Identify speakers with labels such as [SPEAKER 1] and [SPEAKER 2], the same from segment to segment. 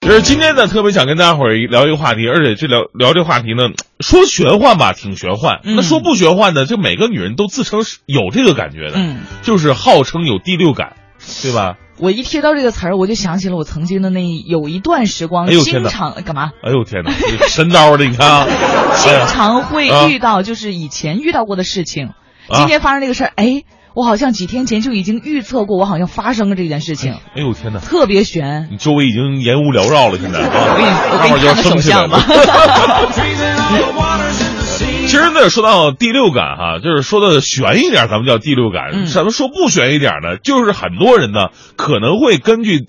[SPEAKER 1] 就是今天呢，特别想跟大家伙儿聊一个话题，而且这聊聊这话题呢，说玄幻吧，挺玄幻；
[SPEAKER 2] 嗯
[SPEAKER 1] 那说不玄幻呢，就每个女人都自称是有这个感觉的，
[SPEAKER 2] 嗯，
[SPEAKER 1] 就是号称有第六感，对吧？
[SPEAKER 2] 我一提到这个词儿，我就想起了我曾经的那有一段时光，
[SPEAKER 1] 哎呦天
[SPEAKER 2] 经
[SPEAKER 1] 哪
[SPEAKER 2] 常干嘛？
[SPEAKER 1] 哎呦天哪，这神叨的，你 看啊，哎
[SPEAKER 2] 经
[SPEAKER 1] 呀
[SPEAKER 2] 常会
[SPEAKER 1] 啊
[SPEAKER 2] 遇到就是以前遇到过的事情，
[SPEAKER 1] 啊
[SPEAKER 2] 今天发生这个事儿，哎，我好像几天前就已经预测过，我好像发生了这件事情，
[SPEAKER 1] 哎呦天哪，
[SPEAKER 2] 特别悬。
[SPEAKER 1] 你周围已经烟雾缭绕了，现在啊，
[SPEAKER 2] 我给你，我
[SPEAKER 1] 大
[SPEAKER 2] 给
[SPEAKER 1] 伙儿
[SPEAKER 2] 你
[SPEAKER 1] 就要
[SPEAKER 2] 看个
[SPEAKER 1] 生
[SPEAKER 2] 手
[SPEAKER 1] 气了
[SPEAKER 2] 相吧。
[SPEAKER 1] 其实呢，说到第六感哈、就是说的悬一点，咱们叫第六感；
[SPEAKER 2] 嗯
[SPEAKER 1] 咱们说不悬一点呢，就是很多人呢可能会根据，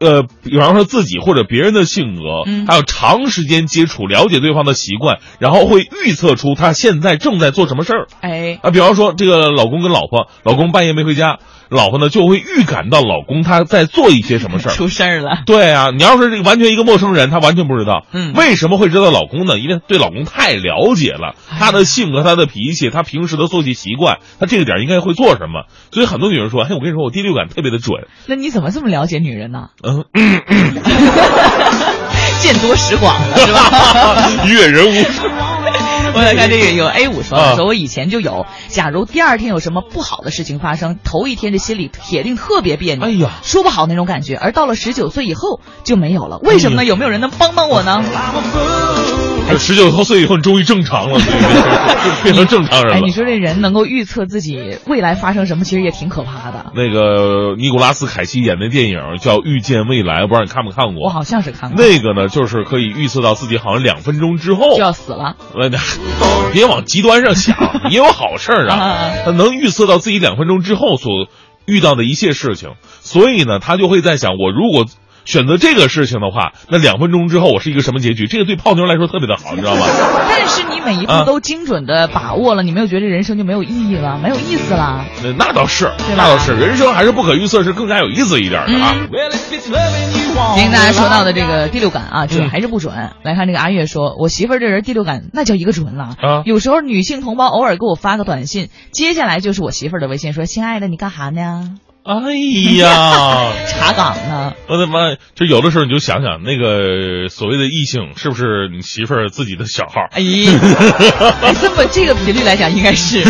[SPEAKER 1] 呃，比方说自己或者别人的性格，
[SPEAKER 2] 嗯
[SPEAKER 1] 还有长时间接触、了解对方的习惯，然后会预测出他现在正在做什么事儿
[SPEAKER 2] 哎，
[SPEAKER 1] 啊。比方说，这个老公跟老婆，老公半夜没回家，老婆呢就会预感到老公他在做一些什么事儿。
[SPEAKER 2] 出事儿了。
[SPEAKER 1] 对啊，你要是这个完全一个陌生人，她完全不知道。
[SPEAKER 2] 嗯
[SPEAKER 1] 为什么会知道老公呢？因为她对老公太了解了，
[SPEAKER 2] 哎呀
[SPEAKER 1] 她的性格、她的脾气、她平时的作息习惯，她这个点儿应该会做什么。所以很多女人说：“哎嘿，我跟你说，我第六感特别的 准。
[SPEAKER 2] 那你怎么这么了解女人呢？”
[SPEAKER 1] 嗯，
[SPEAKER 2] 见多识广了是吧？
[SPEAKER 1] 阅人无数。
[SPEAKER 2] 我来看这个有 A 五说
[SPEAKER 1] 啊
[SPEAKER 2] 了，说我以前就有，假如第二天有什么不好的事情发生，头一天这心里铁定特别别扭，
[SPEAKER 1] 哎呀
[SPEAKER 2] 说不好那种感觉，而到了十九岁以后就没有了，为什么呢？
[SPEAKER 1] 哎呀
[SPEAKER 2] 有没有人能帮帮我 呢？
[SPEAKER 1] 十九岁以后，你终于正 常了，对不对变成正常人
[SPEAKER 2] 哎，
[SPEAKER 1] 了
[SPEAKER 2] 你。说这人能够预测自己未来发生什么，其实也挺可怕的。
[SPEAKER 1] 那个尼古拉斯凯奇演的电影叫《遇见未来》，不知道你看没看
[SPEAKER 2] 我
[SPEAKER 1] 过？
[SPEAKER 2] 好像是看过，
[SPEAKER 1] 那个呢，就是可以预测到自己好像两分钟之后
[SPEAKER 2] 就要死了。
[SPEAKER 1] 呃，别往极端上想，也有好事儿
[SPEAKER 2] 啊 啊
[SPEAKER 1] 啊。他能预测到自己两分钟之后所遇到的一切事情，所以呢，他就会在想，我如果选择这个事情的话，那两分钟之后我是一个什么结局？这个对泡妞来说特别的好，你知道吗？
[SPEAKER 2] 但是你每一步
[SPEAKER 1] 啊
[SPEAKER 2] 都精准的把握了，你没有觉得人生就没有意义了，没有意思了？
[SPEAKER 1] 那那倒是，
[SPEAKER 2] 对吧嗯
[SPEAKER 1] 那倒是，人生还是不可预测，是更加有意思一点的啊。哦
[SPEAKER 2] 今天大家说到的这个第六感啊，准
[SPEAKER 1] 嗯
[SPEAKER 2] 还是不准？来看这个阿月说，我媳妇儿这人第六感那叫一个准了。
[SPEAKER 1] 啊
[SPEAKER 2] 有时候女性同胞偶尔给我发个短信，接下来就是我媳妇儿的微信说：“亲爱的，你干哈呢？
[SPEAKER 1] 哎 呀，
[SPEAKER 2] 查岗呢？
[SPEAKER 1] 我的妈！就有的时候你就想想，那个所谓的异性是不是你媳妇儿自己的小号？
[SPEAKER 2] 哎，哎 这么这个频率来讲，应该 是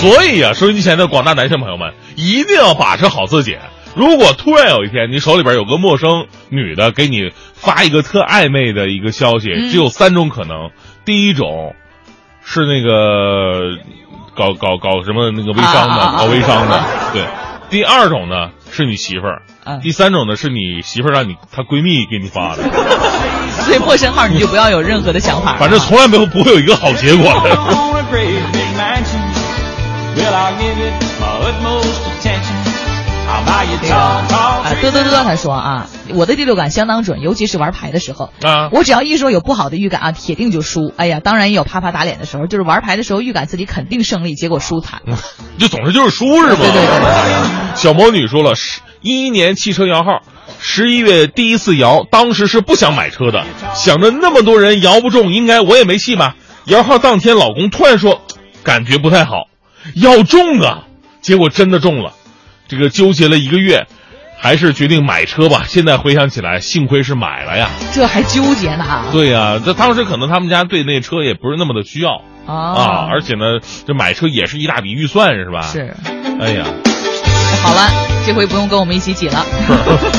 [SPEAKER 1] 所以啊，收音机前的广大男性朋友们，一定要把持好自己。如果突然有一天你手里边有个陌生女的给你发一个特暧昧的一个消息，
[SPEAKER 2] 嗯
[SPEAKER 1] 只有三种可能：第一种是那个搞搞搞什么那个微商的，
[SPEAKER 2] 啊啊啊啊
[SPEAKER 1] 搞微商 的，对；第二种呢是你媳妇儿，
[SPEAKER 2] 嗯
[SPEAKER 1] 第三种呢是你媳妇儿让你她闺蜜给你发的，
[SPEAKER 2] 所以陌生号你就不要有任何的想法。啊
[SPEAKER 1] 反正从来没有不会有一个好结果的。
[SPEAKER 3] on a great big mansion. Well, I'll give it my utmost attention. I'll buy you
[SPEAKER 2] 这个
[SPEAKER 3] tall, tall
[SPEAKER 2] 啊，嘚嘚嘚嘚，他说啊，我的第六感相当准，尤其是玩牌的时候。
[SPEAKER 1] 啊，
[SPEAKER 2] 我只要一说有不好的预感啊，铁定就输。哎呀，当然也有啪啪打脸的时候，就是玩牌的时候预感自己肯定胜利，结果输
[SPEAKER 1] 嗯
[SPEAKER 2] 惨了。
[SPEAKER 1] 就总之就是输是吗？
[SPEAKER 2] 对对对，
[SPEAKER 1] 小魔女说了，十一一年汽车摇号，十一月第一次摇，当时是不想买车的，想着那么多人摇不中，应该我也没戏吧。摇号当天，老公突然说，感觉不太好，要中啊，结果真的中了，这个纠结了一个月，还是决定买车吧。现在回想起来，幸亏是买了呀。
[SPEAKER 2] 这还纠结呢啊！
[SPEAKER 1] 对呀、这当时可能他们家对那车也不是那么的需要啊，而且呢，这买车也是一大笔预算是吧？。
[SPEAKER 2] 是
[SPEAKER 1] 哎呀，
[SPEAKER 2] 好了，这回不用跟我们一起挤了。
[SPEAKER 1] 是。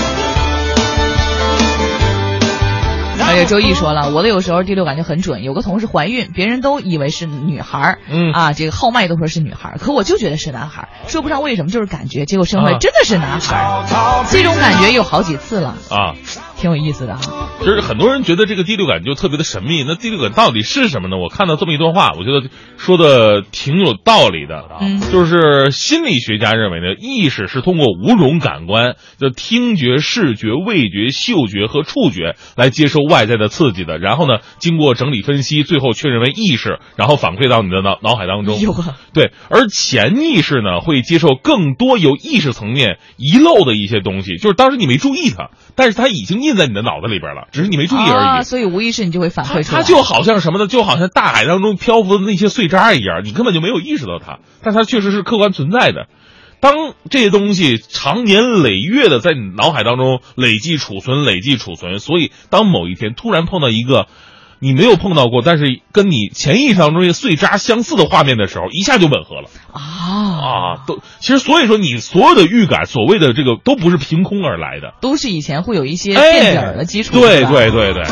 [SPEAKER 2] 而且哎周易说了，我的有时候第六感就很准。有个同事怀孕，别人都以为是女孩儿，
[SPEAKER 1] 嗯
[SPEAKER 2] 啊，这个号脉都说是女孩儿，可我就觉得是男孩儿，说不上为什么，就是感觉，结果生出来
[SPEAKER 1] 啊
[SPEAKER 2] 真的是男孩儿。
[SPEAKER 3] tall, tall
[SPEAKER 2] 这种感觉有好几次了，
[SPEAKER 1] 啊，
[SPEAKER 2] 挺有意思的啊哈、
[SPEAKER 1] 就是很多人觉得这个第六感就特别的神秘，那第六感到底是什么呢？我看到这么一段话，我觉得说的挺有道理的啊。
[SPEAKER 2] 嗯
[SPEAKER 1] 就是心理学家认为呢，意识是通过五种感官，就听觉、视觉、味觉、嗅觉和触觉来接收外在的刺激的，然后呢，经过整理分析，最后确认为意识，然后反馈到你的脑脑海当中。
[SPEAKER 2] 有啊，
[SPEAKER 1] 对，而潜意识呢会接受更多由意识层面遗漏的一些东西，就是当时你没注意它，但是它已经印在你的脑子里边了，只是你没注意而
[SPEAKER 2] 啊，
[SPEAKER 1] 已。
[SPEAKER 2] 所以无意识你就会反
[SPEAKER 1] 它
[SPEAKER 2] 馈出来。
[SPEAKER 1] 它就好像什么呢？就好像大海当中漂浮的那些碎渣一样，你根本就没有意识到它，但它确实是客观存在的。当这些东西长年累月的在你脑海当中累计储存、累计储存，所以当某一天突然碰到一个你没有碰到过，但是跟你潜意识当中这碎渣相似的画面的时候，一下就吻合了
[SPEAKER 2] 啊
[SPEAKER 1] 啊！都其实所以说你所有的预感，所谓的这个都不是凭空而来的，
[SPEAKER 2] 都是以前会有一些
[SPEAKER 1] 哎
[SPEAKER 2] 垫底儿的基础。
[SPEAKER 1] 对
[SPEAKER 2] 是吧
[SPEAKER 1] 对对对。